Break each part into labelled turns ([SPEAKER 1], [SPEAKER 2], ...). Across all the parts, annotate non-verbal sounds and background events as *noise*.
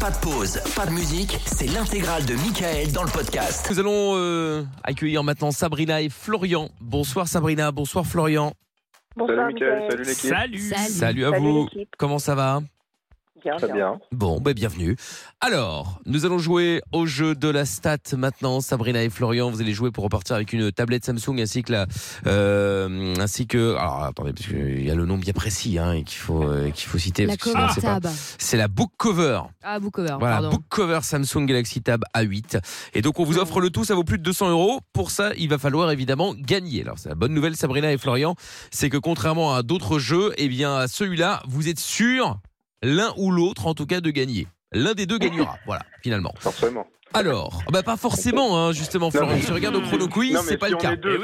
[SPEAKER 1] Pas de pause, pas de musique, c'est l'intégrale de Michael dans le podcast.
[SPEAKER 2] Nous allons euh, accueillir maintenant Sabrina et Florian. Bonsoir Sabrina, bonsoir Florian.
[SPEAKER 3] Bonsoir,
[SPEAKER 4] Salut Mickaël,
[SPEAKER 3] Mickaël.
[SPEAKER 4] salut l'équipe.
[SPEAKER 5] Salut.
[SPEAKER 2] à
[SPEAKER 3] Salut
[SPEAKER 2] vous.
[SPEAKER 3] l'équipe.
[SPEAKER 2] Comment ça va
[SPEAKER 3] Bien,
[SPEAKER 4] Très bien.
[SPEAKER 2] Bon, ben bienvenue. Alors, nous allons jouer au jeu de la stat maintenant. Sabrina et Florian, vous allez jouer pour repartir avec une tablette Samsung ainsi que la, euh, ainsi que. Alors attendez, parce qu'il y a le nom bien précis hein, et qu'il faut euh, qu'il faut citer.
[SPEAKER 5] La
[SPEAKER 2] parce que sinon,
[SPEAKER 5] cover
[SPEAKER 2] c'est pas-
[SPEAKER 5] tab.
[SPEAKER 2] C'est la book cover.
[SPEAKER 5] Ah, bookcover,
[SPEAKER 2] Voilà,
[SPEAKER 5] pardon.
[SPEAKER 2] book cover Samsung Galaxy Tab A8. Et donc, on vous offre le tout, ça vaut plus de 200 euros. Pour ça, il va falloir évidemment gagner. Alors, c'est la bonne nouvelle, Sabrina et Florian, c'est que contrairement à d'autres jeux, eh bien, à celui-là, vous êtes sûr, l'un ou l'autre, en tout cas, de gagner. L'un des deux
[SPEAKER 5] *laughs*
[SPEAKER 2] gagnera, voilà, finalement.
[SPEAKER 4] Forcément.
[SPEAKER 2] Alors, ah bah pas forcément, hein, justement, Florian.
[SPEAKER 4] mais-
[SPEAKER 2] Si je regarde au chrono quiz,
[SPEAKER 4] Non, mais
[SPEAKER 2] c'est pas
[SPEAKER 4] si
[SPEAKER 2] le
[SPEAKER 4] on
[SPEAKER 2] cas.
[SPEAKER 4] est deux,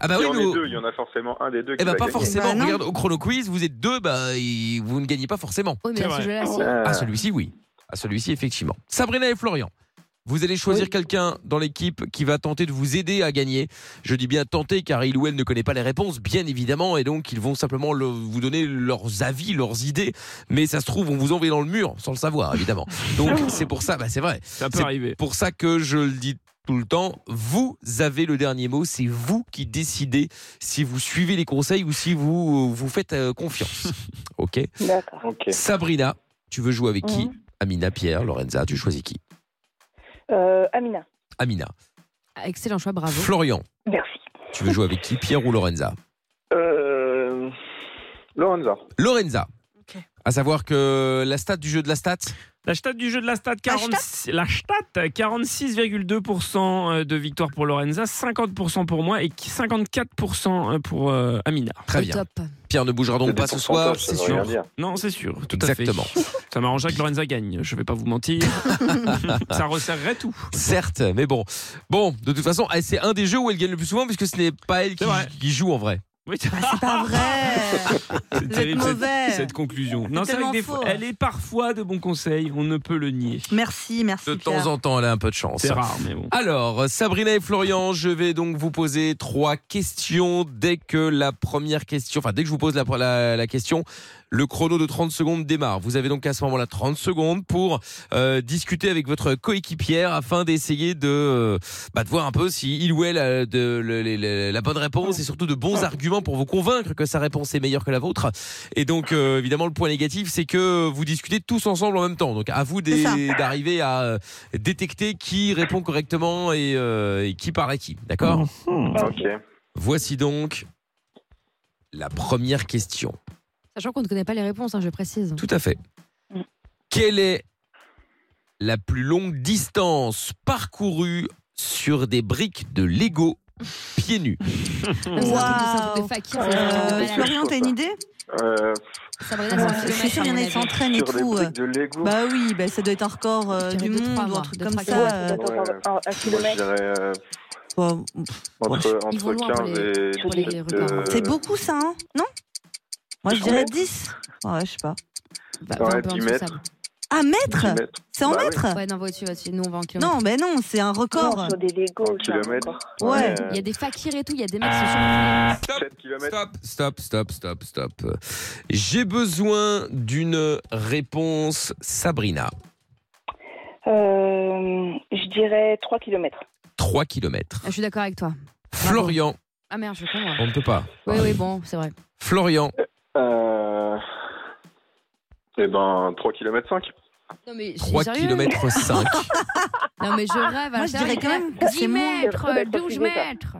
[SPEAKER 2] Ah bah
[SPEAKER 4] si
[SPEAKER 2] oui,
[SPEAKER 4] on
[SPEAKER 2] nous-
[SPEAKER 4] est deux, il y en a forcément un des deux qui
[SPEAKER 2] eh bah
[SPEAKER 4] va
[SPEAKER 2] pas
[SPEAKER 4] gagner.
[SPEAKER 2] forcément.
[SPEAKER 5] Bah non.
[SPEAKER 2] regarde au chrono quiz, vous êtes deux, bah y- vous ne gagnez pas forcément.
[SPEAKER 5] Oui, Oh, mais
[SPEAKER 6] C'est
[SPEAKER 5] à ce
[SPEAKER 6] vrai.
[SPEAKER 5] jeu-là, si.
[SPEAKER 4] Ah,
[SPEAKER 2] À celui-ci, oui. À celui-ci, effectivement. Sabrina et Florian, vous allez choisir quelqu'un dans l'équipe qui va tenter de vous aider à gagner. Je dis bien tenter car il ou elle ne connaît pas les réponses, bien évidemment, et donc ils vont simplement le- vous donner leurs avis, leurs idées. Mais ça se trouve, on vous envoie dans le mur sans le savoir, évidemment. Donc c'est pour ça, bah, c'est vrai.
[SPEAKER 6] Ça
[SPEAKER 2] C'est-
[SPEAKER 6] peut arriver.
[SPEAKER 2] Pour ça que je le dis tout le temps, vous avez le dernier mot, c'est vous qui décidez si vous suivez les conseils ou si vous vous faites euh, confiance. Ok
[SPEAKER 3] d'accord.
[SPEAKER 4] Ok.
[SPEAKER 2] Sabrina, tu veux jouer avec qui
[SPEAKER 3] Mhm.
[SPEAKER 2] Amina, Pierre, Lorenza, tu choisis qui
[SPEAKER 3] Euh, Amina,
[SPEAKER 2] Amina.
[SPEAKER 5] Ah, Excellent choix, bravo.
[SPEAKER 2] Florian,
[SPEAKER 3] merci.
[SPEAKER 2] tu veux jouer avec qui Pierre ou Lorenza
[SPEAKER 4] Euh... Lorenza.
[SPEAKER 2] Lorenza. À savoir que la stat du jeu de la stat,
[SPEAKER 6] La stat du jeu de la stat, 46 la stat, 46,2% euh, de victoire pour Lorenza, 50% pour moi et 54% pour euh, Amina.
[SPEAKER 2] très
[SPEAKER 5] Au
[SPEAKER 2] bien.
[SPEAKER 5] Top.
[SPEAKER 2] Pierre ne bougera donc
[SPEAKER 4] C'est des
[SPEAKER 2] pas ce soir,
[SPEAKER 4] pourcentages, ça
[SPEAKER 2] c'est
[SPEAKER 4] veut rien
[SPEAKER 2] sûr.
[SPEAKER 4] dire.
[SPEAKER 6] Non, c'est sûr, tout
[SPEAKER 2] Exactement.
[SPEAKER 6] à fait. Ça m'arrangerait que Lorenza gagne, je vais pas vous
[SPEAKER 7] *laughs*
[SPEAKER 6] mentir. ça resserrerait tout.
[SPEAKER 2] Certes, mais bon. Bon, de toute façon, elle, c'est un des jeux où elle gagne le plus souvent puisque ce n'est pas elle qui,
[SPEAKER 6] C'est vrai.
[SPEAKER 2] qui joue en vrai.
[SPEAKER 6] Oui,
[SPEAKER 7] Ah, C'est pas
[SPEAKER 2] *laughs*
[SPEAKER 7] vrai.
[SPEAKER 6] c'est
[SPEAKER 7] Vous êtes
[SPEAKER 6] terrible, cette-
[SPEAKER 7] mauvais.
[SPEAKER 6] cette, conclusion. Non, c'est vrai
[SPEAKER 7] tellement
[SPEAKER 6] que des
[SPEAKER 7] faux.
[SPEAKER 6] fois, elle est parfois de bons conseils, on ne peut le nier.
[SPEAKER 7] Merci, merci.
[SPEAKER 2] De
[SPEAKER 7] Pierre.
[SPEAKER 2] temps en temps, elle a un peu de chance.
[SPEAKER 6] C'est rare, mais bon.
[SPEAKER 2] Alors, Sabrina et Florian, je vais donc vous poser trois questions. Dès que la première question, enfin, dès que je vous pose la, la- la question, le chrono de 30 secondes démarre. Vous avez donc à ce moment-là 30 secondes pour euh, discuter avec votre coéquipière afin d'essayer de, euh, bah, de voir un peu si il ou elle a de, le- le- le- la bonne réponse et surtout de bons arguments pour vous convaincre que sa réponse est meilleure que la vôtre. Et donc, euh, évidemment, le point négatif, c'est que vous discutez tous ensemble en même temps. Donc, à vous
[SPEAKER 7] C'est ça.
[SPEAKER 2] d'é- d'arriver à euh, détecter qui répond correctement et, euh, et qui parle à qui. D'accord
[SPEAKER 7] Mmh.
[SPEAKER 4] Ok.
[SPEAKER 2] Voici donc la première question.
[SPEAKER 5] Sachant qu'on ne connaît pas les réponses, hein, je précise.
[SPEAKER 2] Tout à fait.
[SPEAKER 7] Mmh.
[SPEAKER 3] Mm.
[SPEAKER 2] Quelle est la plus longue distance parcourue sur des briques de Lego pieds nus
[SPEAKER 5] Même si C'est un truc de- c'est un truc de
[SPEAKER 7] Wow.
[SPEAKER 5] fakir, c'est un truc de
[SPEAKER 7] Euh,
[SPEAKER 5] malade.
[SPEAKER 7] Florian, t'as une idée
[SPEAKER 4] Euh,
[SPEAKER 5] Sabrina, Ah, c'est un
[SPEAKER 7] Je suis
[SPEAKER 5] kilomètre,
[SPEAKER 7] sûre
[SPEAKER 5] à
[SPEAKER 7] qu'il y
[SPEAKER 5] mon
[SPEAKER 7] en a qui
[SPEAKER 5] avis.
[SPEAKER 7] s'entraînent et
[SPEAKER 4] sur des
[SPEAKER 7] tout.
[SPEAKER 4] briques de Lego.
[SPEAKER 7] Bah oui, bah ça doit être un record euh,
[SPEAKER 5] Je dirais
[SPEAKER 7] du
[SPEAKER 5] deux, trois,
[SPEAKER 7] monde ou
[SPEAKER 5] moi,
[SPEAKER 7] un truc
[SPEAKER 5] deux,
[SPEAKER 7] comme
[SPEAKER 5] trois
[SPEAKER 7] ça. euh,
[SPEAKER 3] Attends,
[SPEAKER 4] ouais.
[SPEAKER 3] un, un
[SPEAKER 4] Moi, je
[SPEAKER 3] kilomètre.
[SPEAKER 4] dirais euh,
[SPEAKER 7] bon,
[SPEAKER 4] entre,
[SPEAKER 5] Ils vont
[SPEAKER 4] entre
[SPEAKER 5] loin pour
[SPEAKER 4] 15
[SPEAKER 5] les-
[SPEAKER 4] et
[SPEAKER 5] pour les
[SPEAKER 4] 17,
[SPEAKER 5] records.
[SPEAKER 4] euh,
[SPEAKER 7] C'est beaucoup ça, hein Non Moi, je dirais 10. Ouais, je sais pas.
[SPEAKER 5] Bah, bah,
[SPEAKER 4] Ouais,
[SPEAKER 5] on peut en
[SPEAKER 4] 10
[SPEAKER 5] dessous de
[SPEAKER 4] mètres.
[SPEAKER 5] ça.
[SPEAKER 7] Ah,
[SPEAKER 4] dix
[SPEAKER 7] mètre
[SPEAKER 4] mètres.
[SPEAKER 7] C'est en
[SPEAKER 4] Bah oui.
[SPEAKER 7] mètre
[SPEAKER 5] Ouais, non, va au-dessus, va au-dessus. Nous, on va en kilomètre.
[SPEAKER 7] Non, bah non, c'est un record.
[SPEAKER 3] Non, sur des Legos.
[SPEAKER 4] En hein, kilomètres.
[SPEAKER 7] Ouais.
[SPEAKER 5] Il y a des fakirs et tout, il y a des mecs qui se chauffent.
[SPEAKER 4] 7 kilomètres.
[SPEAKER 2] Stop, stop, stop, stop, stop. J'ai besoin d'une réponse, Sabrina.
[SPEAKER 3] Euh, je dirais 3 kilomètres.
[SPEAKER 2] 3 km.
[SPEAKER 5] Ah, Je suis d'accord avec toi.
[SPEAKER 2] Florian,
[SPEAKER 5] Ah merde, je suis con, moi.
[SPEAKER 2] on ne peut pas.
[SPEAKER 5] Oui, oui, bon, c'est vrai.
[SPEAKER 2] Florian,
[SPEAKER 4] Euh... Eh ben, 3 kilomètres 5.
[SPEAKER 5] Non, mais je suis
[SPEAKER 2] 3
[SPEAKER 5] sérieux. *laughs*
[SPEAKER 2] km 5.
[SPEAKER 5] Non, mais je rêve.
[SPEAKER 7] Moi, je
[SPEAKER 5] Alter,
[SPEAKER 7] dirais quand même que
[SPEAKER 5] 10
[SPEAKER 7] c'est moins.
[SPEAKER 5] mètres,
[SPEAKER 3] Ouais,
[SPEAKER 5] 12
[SPEAKER 3] parce que je
[SPEAKER 5] mètres.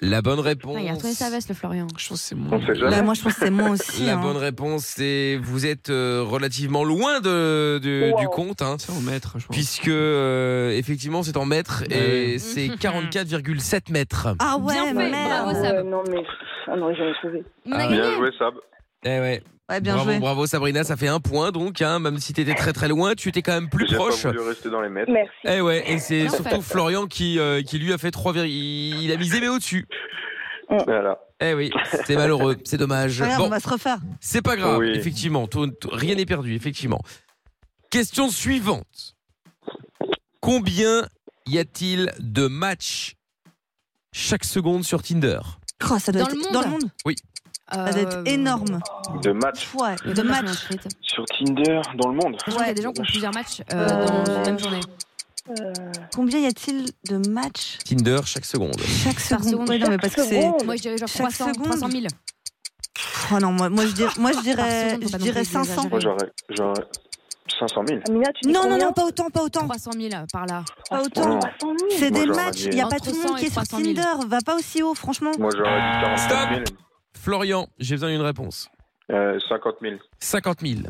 [SPEAKER 2] La bonne
[SPEAKER 5] Putain,
[SPEAKER 2] réponse.
[SPEAKER 5] Il a retourné sa veste, le Florian.
[SPEAKER 6] Je pense que c'est
[SPEAKER 4] On
[SPEAKER 6] moi.
[SPEAKER 4] sait jamais.
[SPEAKER 7] Bah, moi, je pense que c'est moi aussi.
[SPEAKER 2] La
[SPEAKER 7] hein.
[SPEAKER 2] bonne réponse, c'est vous êtes euh, relativement loin de, de- du
[SPEAKER 3] Wow.
[SPEAKER 2] compte. hein.
[SPEAKER 6] C'est au mètre, je pense.
[SPEAKER 2] puisque euh, effectivement c'est en mètres et
[SPEAKER 6] Ouais.
[SPEAKER 2] c'est
[SPEAKER 5] Mhm.
[SPEAKER 2] 44,7 mètres.
[SPEAKER 7] Ah
[SPEAKER 5] Bien
[SPEAKER 7] ouais,
[SPEAKER 5] fait,
[SPEAKER 7] merde.
[SPEAKER 5] bravo, Sab.
[SPEAKER 3] Ouais, Euh, non, mais on n'aurait jamais trouvé.
[SPEAKER 5] On a
[SPEAKER 4] Ah, Bien
[SPEAKER 5] gagné.
[SPEAKER 4] joué, Sab.
[SPEAKER 2] Eh ouais.
[SPEAKER 7] Ouais, bien
[SPEAKER 2] bravo,
[SPEAKER 7] joué.
[SPEAKER 2] bravo Sabrina, ça fait un point donc, hein, même si t'étais très très loin, tu étais quand même plus
[SPEAKER 4] J'ai pas
[SPEAKER 2] proche.
[SPEAKER 4] voulu rester dans les mètres.
[SPEAKER 3] Merci.
[SPEAKER 2] Eh ouais, et c'est
[SPEAKER 5] Bien
[SPEAKER 2] surtout
[SPEAKER 5] fait.
[SPEAKER 2] Florian qui, euh, qui lui a fait 3, vir- il a misé mais au-dessus.
[SPEAKER 4] Voilà.
[SPEAKER 2] Eh oui, c'est malheureux, c'est dommage.
[SPEAKER 7] Regarde,
[SPEAKER 2] Bon,
[SPEAKER 7] Ah, on va se refaire.
[SPEAKER 2] c'est pas grave,
[SPEAKER 4] Oui.
[SPEAKER 2] effectivement, tout- tout- rien n'est perdu, effectivement. Question suivante. Combien y a-t-il de matchs chaque seconde sur Tinder
[SPEAKER 7] Oh, ça doit
[SPEAKER 5] Dans
[SPEAKER 7] être-
[SPEAKER 5] le monde
[SPEAKER 7] Dans le monde
[SPEAKER 5] Euh,
[SPEAKER 7] Ça va être énorme.
[SPEAKER 4] De matchs
[SPEAKER 7] Ouais,
[SPEAKER 5] Il y a
[SPEAKER 7] de
[SPEAKER 5] des matchs
[SPEAKER 7] match.
[SPEAKER 5] qui sont inscrits.
[SPEAKER 4] sur Tinder dans le monde.
[SPEAKER 5] Sachant qu'il y a des gens qui ont plusieurs matchs euh,
[SPEAKER 7] Euh,
[SPEAKER 5] dans la même journée.
[SPEAKER 3] Euh,
[SPEAKER 7] Combien y a-t-il de matchs
[SPEAKER 2] Tinder chaque seconde.
[SPEAKER 7] chaque
[SPEAKER 5] Par
[SPEAKER 7] seconde,
[SPEAKER 5] seconde.
[SPEAKER 7] Ouais, non, mais parce que c'est.
[SPEAKER 3] seconde.
[SPEAKER 5] Moi, je dirais genre
[SPEAKER 7] Chaque
[SPEAKER 5] 300,
[SPEAKER 7] seconde.
[SPEAKER 5] 300 000.
[SPEAKER 7] Oh non, moi, moi, je dirais, moi, je dirais,
[SPEAKER 5] seconde, faut
[SPEAKER 7] je
[SPEAKER 5] pas non plus
[SPEAKER 7] dirais
[SPEAKER 5] exagérer.
[SPEAKER 7] 500.
[SPEAKER 4] Moi, j'aurais, j'aurais 500 000.
[SPEAKER 3] Amina, tu dis
[SPEAKER 7] Non, non,
[SPEAKER 3] combien
[SPEAKER 7] non, pas autant, pas autant.
[SPEAKER 5] 300 000 par là.
[SPEAKER 7] Pas
[SPEAKER 4] Non.
[SPEAKER 7] autant.
[SPEAKER 3] 300 000.
[SPEAKER 7] C'est
[SPEAKER 4] Moi,
[SPEAKER 7] des
[SPEAKER 4] j'aurais
[SPEAKER 7] matchs.
[SPEAKER 4] dit-
[SPEAKER 7] Il n'y a pas tout le
[SPEAKER 5] Entre
[SPEAKER 7] monde qui est sur
[SPEAKER 5] 300 000.
[SPEAKER 7] Tinder. Va pas aussi haut, franchement.
[SPEAKER 4] Moi, j'aurais dit 45 000.
[SPEAKER 2] Florian, j'ai besoin d'une réponse.
[SPEAKER 4] Euh, 50 000.
[SPEAKER 2] 50 000.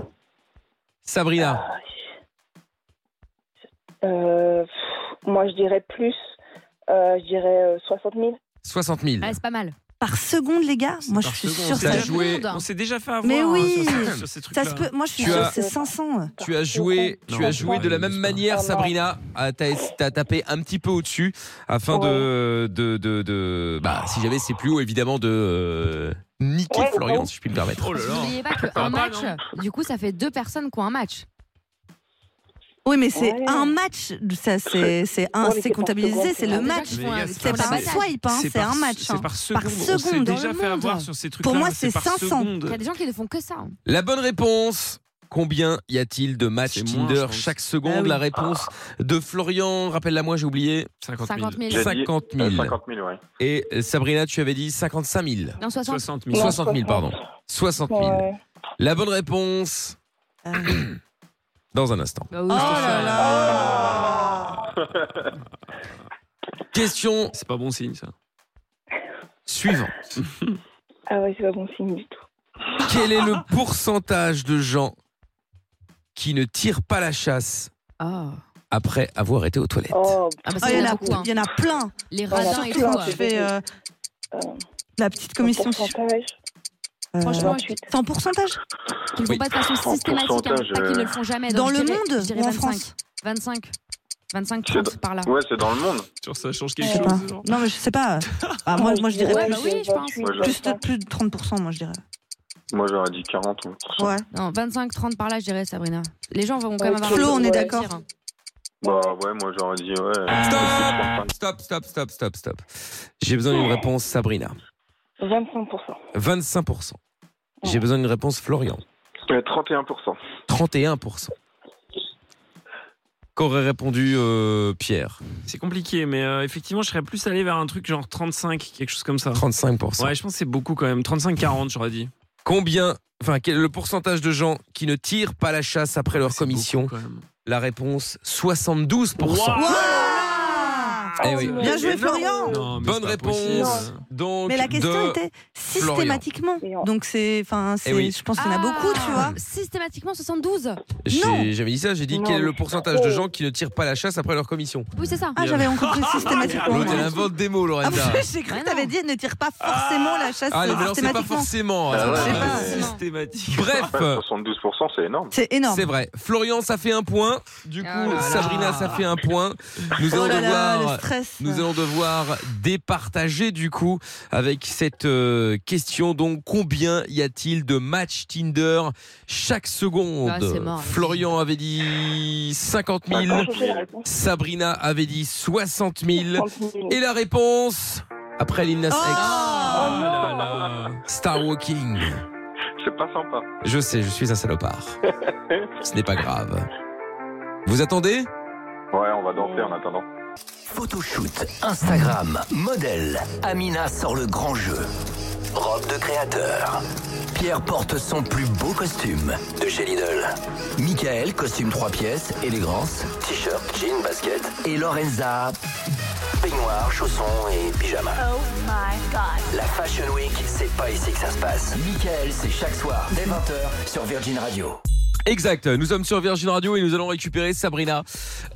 [SPEAKER 2] Sabrina,
[SPEAKER 3] Euh, pff, moi, je dirais plus. Euh, je dirais euh, 60 000.
[SPEAKER 2] 60 000.
[SPEAKER 5] Ouais, c'est pas mal.
[SPEAKER 7] Par seconde, les gars. Moi, Ah, je
[SPEAKER 2] par
[SPEAKER 7] suis
[SPEAKER 2] seconde,
[SPEAKER 7] sûre que
[SPEAKER 2] c'est
[SPEAKER 7] ça,
[SPEAKER 2] la joie. joué.
[SPEAKER 6] On
[SPEAKER 5] Seconde.
[SPEAKER 6] s'est déjà fait avoir
[SPEAKER 7] Mais
[SPEAKER 6] hein,
[SPEAKER 7] oui.
[SPEAKER 6] sur, sur ces trucs-là.
[SPEAKER 7] ça se peut. Moi, je suis
[SPEAKER 2] Tu
[SPEAKER 7] sûre
[SPEAKER 2] as-
[SPEAKER 7] que c'est 500.
[SPEAKER 2] Tu as joué,
[SPEAKER 6] Non,
[SPEAKER 2] tu as joué de la même
[SPEAKER 6] c'est pas-
[SPEAKER 2] manière,
[SPEAKER 3] Oh non.
[SPEAKER 2] Sabrina. Ah, T'as t'as tapé un petit peu au-dessus afin de, de, de, de- bah, si jamais c'est plus haut, évidemment, de euh, niquer
[SPEAKER 3] Ouais,
[SPEAKER 2] Florian,
[SPEAKER 3] ouais.
[SPEAKER 2] si je puis me permettre.
[SPEAKER 6] Oh là là.
[SPEAKER 5] N'oubliez pas
[SPEAKER 6] Ça va
[SPEAKER 5] qu'un
[SPEAKER 6] pas,
[SPEAKER 5] match, du coup, ça fait deux personnes qui ont un match.
[SPEAKER 7] Oui, mais c'est
[SPEAKER 3] Ouais.
[SPEAKER 7] un match. Ça, c'est, c'est un,
[SPEAKER 3] Ouais, mais
[SPEAKER 7] c'est
[SPEAKER 3] c'est par
[SPEAKER 7] comptabilisé.
[SPEAKER 3] seconde,
[SPEAKER 7] C'est
[SPEAKER 3] c'est
[SPEAKER 5] Ah,
[SPEAKER 7] le
[SPEAKER 3] un
[SPEAKER 7] match.
[SPEAKER 6] Les gars,
[SPEAKER 7] C'est pas un
[SPEAKER 6] bataille.
[SPEAKER 7] swipe, hein, c'est
[SPEAKER 6] par-
[SPEAKER 7] un match.
[SPEAKER 6] C'est
[SPEAKER 7] hein.
[SPEAKER 6] par seconde. On s'est
[SPEAKER 7] seconde, dans
[SPEAKER 6] déjà
[SPEAKER 5] le
[SPEAKER 6] fait
[SPEAKER 5] monde.
[SPEAKER 6] avoir sur ces trucs-là.
[SPEAKER 7] Pour moi, c'est
[SPEAKER 6] par
[SPEAKER 7] 500.
[SPEAKER 5] Il y a
[SPEAKER 6] seconde.
[SPEAKER 5] des gens qui ne font que ça. hein.
[SPEAKER 2] La bonne réponse. Combien y a-t-il de matchs
[SPEAKER 6] C'est moins, je
[SPEAKER 2] Tinder
[SPEAKER 6] pense.
[SPEAKER 2] chaque seconde
[SPEAKER 7] Ah oui.
[SPEAKER 2] La réponse de Florian, rappelle-la moi, j'ai oublié.
[SPEAKER 6] 50 000.
[SPEAKER 5] 50 000.
[SPEAKER 4] J'ai dit,
[SPEAKER 2] 50 000.
[SPEAKER 4] euh, 50 000, ouais.
[SPEAKER 2] Et euh, Sabrina, tu avais dit 55 000.
[SPEAKER 5] Non, 60.
[SPEAKER 6] 60
[SPEAKER 3] Non,
[SPEAKER 6] 000.
[SPEAKER 2] 60 000, pardon. 60 000.
[SPEAKER 3] Ouais.
[SPEAKER 2] La bonne réponse
[SPEAKER 7] Euh,
[SPEAKER 2] *coughs* dans un instant.
[SPEAKER 5] Bah oui,
[SPEAKER 7] Oh
[SPEAKER 5] c'est ça.
[SPEAKER 7] là là.
[SPEAKER 2] Question
[SPEAKER 6] C'est pas bon signe, ça.
[SPEAKER 2] suivante.
[SPEAKER 3] Ah ouais, c'est pas bon signe du tout.
[SPEAKER 2] Quel est le pourcentage de gens qui ne tirent pas la chasse
[SPEAKER 5] Ah.
[SPEAKER 2] après avoir été aux toilettes
[SPEAKER 3] Oh,
[SPEAKER 5] Ah bah
[SPEAKER 7] Ah,
[SPEAKER 5] ça,
[SPEAKER 7] il
[SPEAKER 5] il
[SPEAKER 7] y en a-
[SPEAKER 5] beaucoup. hein.
[SPEAKER 7] il y en a plein.
[SPEAKER 5] Les
[SPEAKER 3] Ah,
[SPEAKER 5] radins et
[SPEAKER 7] Surtout
[SPEAKER 5] tout.
[SPEAKER 7] quand
[SPEAKER 5] quoi.
[SPEAKER 7] tu fais euh,
[SPEAKER 3] euh,
[SPEAKER 7] la petite
[SPEAKER 3] le
[SPEAKER 7] commission.
[SPEAKER 3] pourcentage. euh,
[SPEAKER 5] Franchement,
[SPEAKER 7] Franchement,
[SPEAKER 5] je-
[SPEAKER 3] 28.
[SPEAKER 7] c'est en pourcentage
[SPEAKER 5] Qu'ils ne
[SPEAKER 2] Oui.
[SPEAKER 5] font pas de façon
[SPEAKER 4] En
[SPEAKER 5] systématique. hein.
[SPEAKER 4] pourcentage,
[SPEAKER 5] Pas qu'ils
[SPEAKER 4] euh,
[SPEAKER 5] ne le font jamais.
[SPEAKER 7] dans
[SPEAKER 5] je
[SPEAKER 7] le
[SPEAKER 5] dirais- je
[SPEAKER 7] monde
[SPEAKER 5] dirais
[SPEAKER 7] ou en
[SPEAKER 5] 25.
[SPEAKER 7] France
[SPEAKER 5] 25. 25,
[SPEAKER 4] C'est
[SPEAKER 5] 30 par là.
[SPEAKER 4] Ouais, c'est dans le monde.
[SPEAKER 6] Sur ça change
[SPEAKER 7] Je
[SPEAKER 6] quelque
[SPEAKER 7] sais pas.
[SPEAKER 6] chose. genre.
[SPEAKER 7] Non, mais je sais pas. Ah, moi, moi, je dirais
[SPEAKER 5] Ouais,
[SPEAKER 7] plus.
[SPEAKER 5] bah oui, je pense.
[SPEAKER 7] Plus de, plus de 30%, moi, je dirais.
[SPEAKER 4] Moi, j'aurais dit 40 ou 30.
[SPEAKER 7] Ouais.
[SPEAKER 5] Non, 25, 30 par là, je dirais, Sabrina. Les gens vont quand même
[SPEAKER 3] Ouais,
[SPEAKER 5] avoir.
[SPEAKER 7] Oh, Flo,
[SPEAKER 5] envie
[SPEAKER 7] on
[SPEAKER 5] de
[SPEAKER 7] est
[SPEAKER 5] le
[SPEAKER 7] d'accord.
[SPEAKER 5] dire, hein.
[SPEAKER 4] Bah ouais, moi, j'aurais dit, ouais.
[SPEAKER 2] Ah.
[SPEAKER 4] euh,
[SPEAKER 2] Stop Stop, stop, stop, stop, stop. J'ai besoin d'une réponse, Sabrina.
[SPEAKER 3] 25%.
[SPEAKER 2] 25%. J'ai besoin d'une réponse, Florian.
[SPEAKER 4] Euh, 31%.
[SPEAKER 2] 31%. Qu'aurait répondu euh, Pierre
[SPEAKER 6] C'est compliqué, mais euh, effectivement, je serais plus allé vers un truc genre 35, quelque chose comme ça.
[SPEAKER 2] 35%.
[SPEAKER 6] Ouais, je pense que c'est beaucoup quand même. 35-40, j'aurais dit.
[SPEAKER 2] Combien, enfin, quel est le pourcentage de gens qui ne tirent pas la chasse après leur
[SPEAKER 6] C'est
[SPEAKER 2] commission
[SPEAKER 6] beaucoup, quand même.
[SPEAKER 2] La réponse 72%.
[SPEAKER 6] Waouh
[SPEAKER 7] Waouh
[SPEAKER 2] Eh oui.
[SPEAKER 7] Ah, Bien joué, Florian
[SPEAKER 6] Non, mais
[SPEAKER 2] Bonne
[SPEAKER 6] c'est pas
[SPEAKER 2] réponse.
[SPEAKER 6] possible.
[SPEAKER 2] Donc,
[SPEAKER 7] Mais la question
[SPEAKER 2] de-
[SPEAKER 7] était systématiquement.
[SPEAKER 3] Florian.
[SPEAKER 7] Donc c'est, enfin, c'est,
[SPEAKER 2] Eh oui.
[SPEAKER 7] je pense qu'il y en a beaucoup, tu
[SPEAKER 5] Ah,
[SPEAKER 7] vois.
[SPEAKER 5] Systématiquement 72.
[SPEAKER 7] Non.
[SPEAKER 2] J'ai jamais dit ça, j'ai dit
[SPEAKER 3] Non,
[SPEAKER 2] quel est le
[SPEAKER 3] mais
[SPEAKER 2] pourcentage
[SPEAKER 3] c'est
[SPEAKER 2] de
[SPEAKER 3] trop.
[SPEAKER 2] gens qui ne tirent pas la chasse après leur commission
[SPEAKER 5] Oui, c'est ça.
[SPEAKER 7] Ah, j'avais encore compris systématiquement.
[SPEAKER 2] L'autre, elle invente des mots,
[SPEAKER 7] Ah,
[SPEAKER 2] Lorenza.
[SPEAKER 7] *laughs* j'ai cru
[SPEAKER 5] Ouais,
[SPEAKER 7] que t'avais
[SPEAKER 5] non.
[SPEAKER 7] dit ne tire pas forcément la chasse
[SPEAKER 2] Ah, mais non, c'est pas
[SPEAKER 7] systématiquement.
[SPEAKER 2] forcément.
[SPEAKER 4] Ah
[SPEAKER 2] euh,
[SPEAKER 4] ouais,
[SPEAKER 7] Je sais pas.
[SPEAKER 2] euh,
[SPEAKER 5] Non.
[SPEAKER 6] Systématique.
[SPEAKER 2] Bref,
[SPEAKER 4] Ouais, 72%, c'est énorme.
[SPEAKER 7] C'est énorme.
[SPEAKER 2] c'est vrai. Florian, ça fait un point. Du coup,
[SPEAKER 5] Ah là là.
[SPEAKER 2] Sabrina, ça fait un point. Nous allons
[SPEAKER 7] oh là là,
[SPEAKER 2] devoir.
[SPEAKER 7] le stress.
[SPEAKER 2] Nous allons devoir départager du coup avec cette euh, question donc combien y a-t-il de matchs Tinder chaque seconde
[SPEAKER 5] Ah, c'est mort, là.
[SPEAKER 2] Florian avait dit 50 000,
[SPEAKER 3] Faut changer la réponse.
[SPEAKER 2] Sabrina avait dit 60 000
[SPEAKER 3] 30 000.
[SPEAKER 2] et la réponse après Lil Nas X.
[SPEAKER 7] Oh
[SPEAKER 6] Ah là là.
[SPEAKER 2] Star Walking.
[SPEAKER 4] C'est pas sympa.
[SPEAKER 2] Je sais, je suis un salopard. Ce n'est pas grave. Vous attendez
[SPEAKER 4] Ouais, on va danser en attendant.
[SPEAKER 1] Photoshoot, Instagram, modèle. Amina sort le grand jeu. Robe de créateur. Pierre porte son plus beau costume de chez Lidl. Michael, costume 3 pièces, élégance, t-shirt, jean, basket. Et Lorenza, peignoir, chaussons et pyjama. La Fashion Week, c'est pas ici que ça se passe. Michael, c'est chaque soir dès 20h sur Virgin Radio.
[SPEAKER 2] Exact, nous sommes sur Virgin Radio et nous allons récupérer Sabrina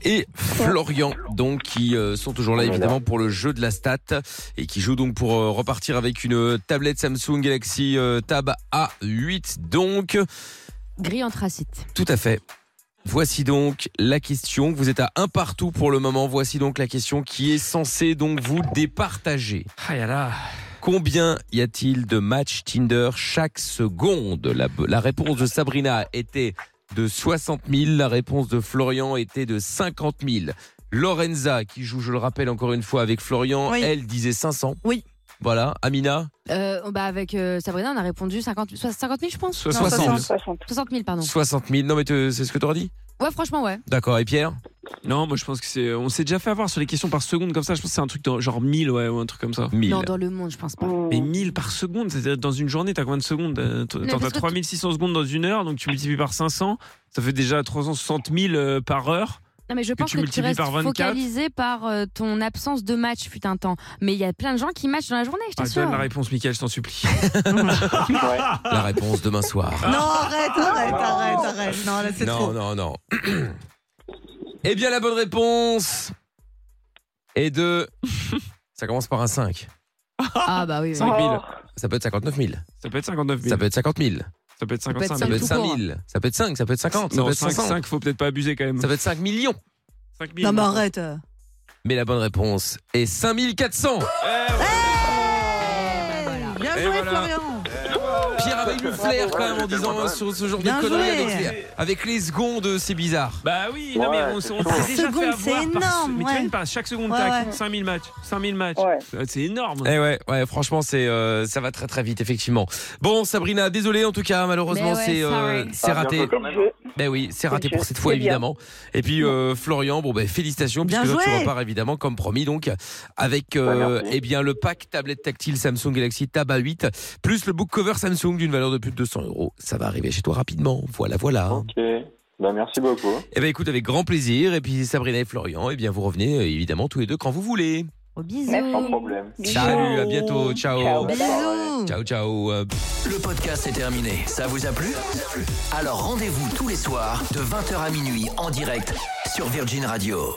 [SPEAKER 2] et Florian, donc qui euh, sont toujours là évidemment pour le jeu de la stat et qui jouent donc pour euh, repartir avec une tablette Samsung Galaxy euh, Tab A8. Donc,
[SPEAKER 5] Gris anthracite.
[SPEAKER 2] tout à fait. Voici donc la question. Vous êtes à un partout pour le moment. Voici donc la question qui est censée donc vous départager.
[SPEAKER 6] Ah là là.
[SPEAKER 2] Combien y a-t-il de matchs Tinder chaque seconde la, la réponse de Sabrina était de 60 000, la réponse de Florian était de 50 000. Lorenza, qui joue, je le rappelle encore une fois, avec Florian,
[SPEAKER 7] Oui.
[SPEAKER 2] elle disait 500.
[SPEAKER 7] Oui.
[SPEAKER 2] Voilà, Amina
[SPEAKER 5] Euh, bah avec euh, Sabrina, on a répondu 50 soit 50 000, je pense.
[SPEAKER 6] Soix-
[SPEAKER 5] Non,
[SPEAKER 2] 60.
[SPEAKER 5] 60
[SPEAKER 3] 60.
[SPEAKER 5] 60 000, pardon.
[SPEAKER 2] 60 000. Non, mais te- c'est ce que t'aurais dit
[SPEAKER 5] Ouais, franchement, ouais.
[SPEAKER 2] D'accord. Et Pierre
[SPEAKER 6] Non, moi je pense que c'est. On s'est déjà fait avoir sur les questions par seconde comme ça. Je pense que c'est un truc dans- genre 1000 ouais, ou un truc comme ça.
[SPEAKER 2] 1000.
[SPEAKER 5] Non, dans le monde, je pense pas.
[SPEAKER 3] Mm.
[SPEAKER 6] Mais 1000 par seconde, c'est-à-dire dans une journée, t'as combien de secondes Euh, t-
[SPEAKER 5] Mais
[SPEAKER 6] T'en
[SPEAKER 5] parce
[SPEAKER 6] as
[SPEAKER 5] que tu-
[SPEAKER 6] 3600 secondes dans une heure, donc tu multiplies par 500, ça fait déjà 360 000 euh, par heure.
[SPEAKER 5] Non, mais je
[SPEAKER 6] Que
[SPEAKER 5] pense
[SPEAKER 6] tu
[SPEAKER 5] que tu
[SPEAKER 6] multiplies
[SPEAKER 5] restes
[SPEAKER 6] par 24.
[SPEAKER 5] focalisé par euh, ton absence de match fut un temps. Mais il y a plein de gens qui matchent dans la journée, je
[SPEAKER 6] Ah,
[SPEAKER 5] t'assure.
[SPEAKER 6] donne la réponse, Michael, je t'en supplie.
[SPEAKER 4] Ouais.
[SPEAKER 2] La réponse demain soir.
[SPEAKER 7] Non, arrête, arrête, arrête, arrête. Non, là, c'est
[SPEAKER 2] non,
[SPEAKER 7] trop.
[SPEAKER 2] non, non. eh bien, la bonne réponse est de. Ça commence par un 5.
[SPEAKER 5] ah bah oui. oui.
[SPEAKER 6] Cinq mille.
[SPEAKER 3] Oh.
[SPEAKER 2] Ça peut être 59 000.
[SPEAKER 6] Ça peut être 59 000.
[SPEAKER 2] Ça peut être 50 000.
[SPEAKER 6] Ça peut être
[SPEAKER 5] peut
[SPEAKER 2] Ça
[SPEAKER 5] être
[SPEAKER 6] 55 000.
[SPEAKER 2] peut être
[SPEAKER 5] tout
[SPEAKER 2] 5
[SPEAKER 5] court.
[SPEAKER 2] 000. Ça peut être 5. Ça peut être 50. Ça
[SPEAKER 6] Non,
[SPEAKER 2] peut être
[SPEAKER 6] 5,
[SPEAKER 2] 500.
[SPEAKER 6] 5, faut peut-être pas abuser quand même.
[SPEAKER 2] Ça peut être 5 millions.
[SPEAKER 6] 5 000.
[SPEAKER 7] Non, mais arrête. euh.
[SPEAKER 2] Mais la bonne réponse est 5400.
[SPEAKER 6] Eh, ouais.
[SPEAKER 7] Eh, Bien
[SPEAKER 6] Et
[SPEAKER 7] joué,
[SPEAKER 6] voilà.
[SPEAKER 7] Florian.
[SPEAKER 2] Pierre avec le flair quand même en disant hein, sur ce genre de
[SPEAKER 7] Bien
[SPEAKER 2] conneries
[SPEAKER 7] joué.
[SPEAKER 2] avec les, avec les secondes, euh, c'est bizarre.
[SPEAKER 6] Bah oui, non, mais
[SPEAKER 4] Ouais,
[SPEAKER 6] on,
[SPEAKER 4] c'est
[SPEAKER 6] on
[SPEAKER 4] chaud.
[SPEAKER 6] s'est déjà
[SPEAKER 7] Seconde,
[SPEAKER 6] fait
[SPEAKER 7] c'est
[SPEAKER 6] avoir. par ce-
[SPEAKER 7] énorme,
[SPEAKER 6] Mais
[SPEAKER 7] ouais.
[SPEAKER 6] t'imagines pas, chaque seconde,
[SPEAKER 7] Ouais,
[SPEAKER 6] tac,
[SPEAKER 7] ouais.
[SPEAKER 6] 5000 matchs. 5000 matchs.
[SPEAKER 3] Ouais.
[SPEAKER 6] Euh, C'est énorme.
[SPEAKER 2] Eh ouais, ouais, franchement, c'est, euh, ça va très très vite, effectivement. Bon, Sabrina, désolé en tout cas, malheureusement,
[SPEAKER 5] Mais ouais,
[SPEAKER 2] c'est, euh,
[SPEAKER 5] sorry.
[SPEAKER 2] c'est
[SPEAKER 4] Ah,
[SPEAKER 2] raté.
[SPEAKER 4] bientôt,
[SPEAKER 3] C'est
[SPEAKER 4] quand
[SPEAKER 3] le
[SPEAKER 4] même.
[SPEAKER 3] jeu.
[SPEAKER 2] Ben oui, c'est raté
[SPEAKER 3] C'est
[SPEAKER 2] pour
[SPEAKER 3] sûr,
[SPEAKER 2] cette fois
[SPEAKER 3] c'est bien.
[SPEAKER 2] évidemment. Et puis euh, Florian, bon ben félicitations
[SPEAKER 7] Bien
[SPEAKER 2] puisque là, tu
[SPEAKER 7] joué.
[SPEAKER 2] repars évidemment comme promis donc avec euh,
[SPEAKER 4] Bah, merci.
[SPEAKER 2] eh bien le pack tablette tactile Samsung Galaxy Tab A8 plus le book cover Samsung d'une valeur de plus de 200 euros. Ça va arriver chez toi rapidement. Voilà, voilà.
[SPEAKER 4] Ok. Bah, merci beaucoup.
[SPEAKER 2] Eh ben écoute avec grand plaisir. Et puis Sabrina et Florian, eh bien vous revenez euh, évidemment tous les deux quand vous voulez.
[SPEAKER 5] Oh, bisous.
[SPEAKER 3] Merci.
[SPEAKER 4] Sans problème.
[SPEAKER 3] Bisous.
[SPEAKER 2] Salut, à bientôt, ciao.
[SPEAKER 3] Ciao.
[SPEAKER 5] Bisous.
[SPEAKER 2] Ciao, ciao. Euh,
[SPEAKER 1] Le podcast est terminé. Ça vous a plu Alors rendez-vous tous les soirs de 20h à minuit en direct sur Virgin Radio.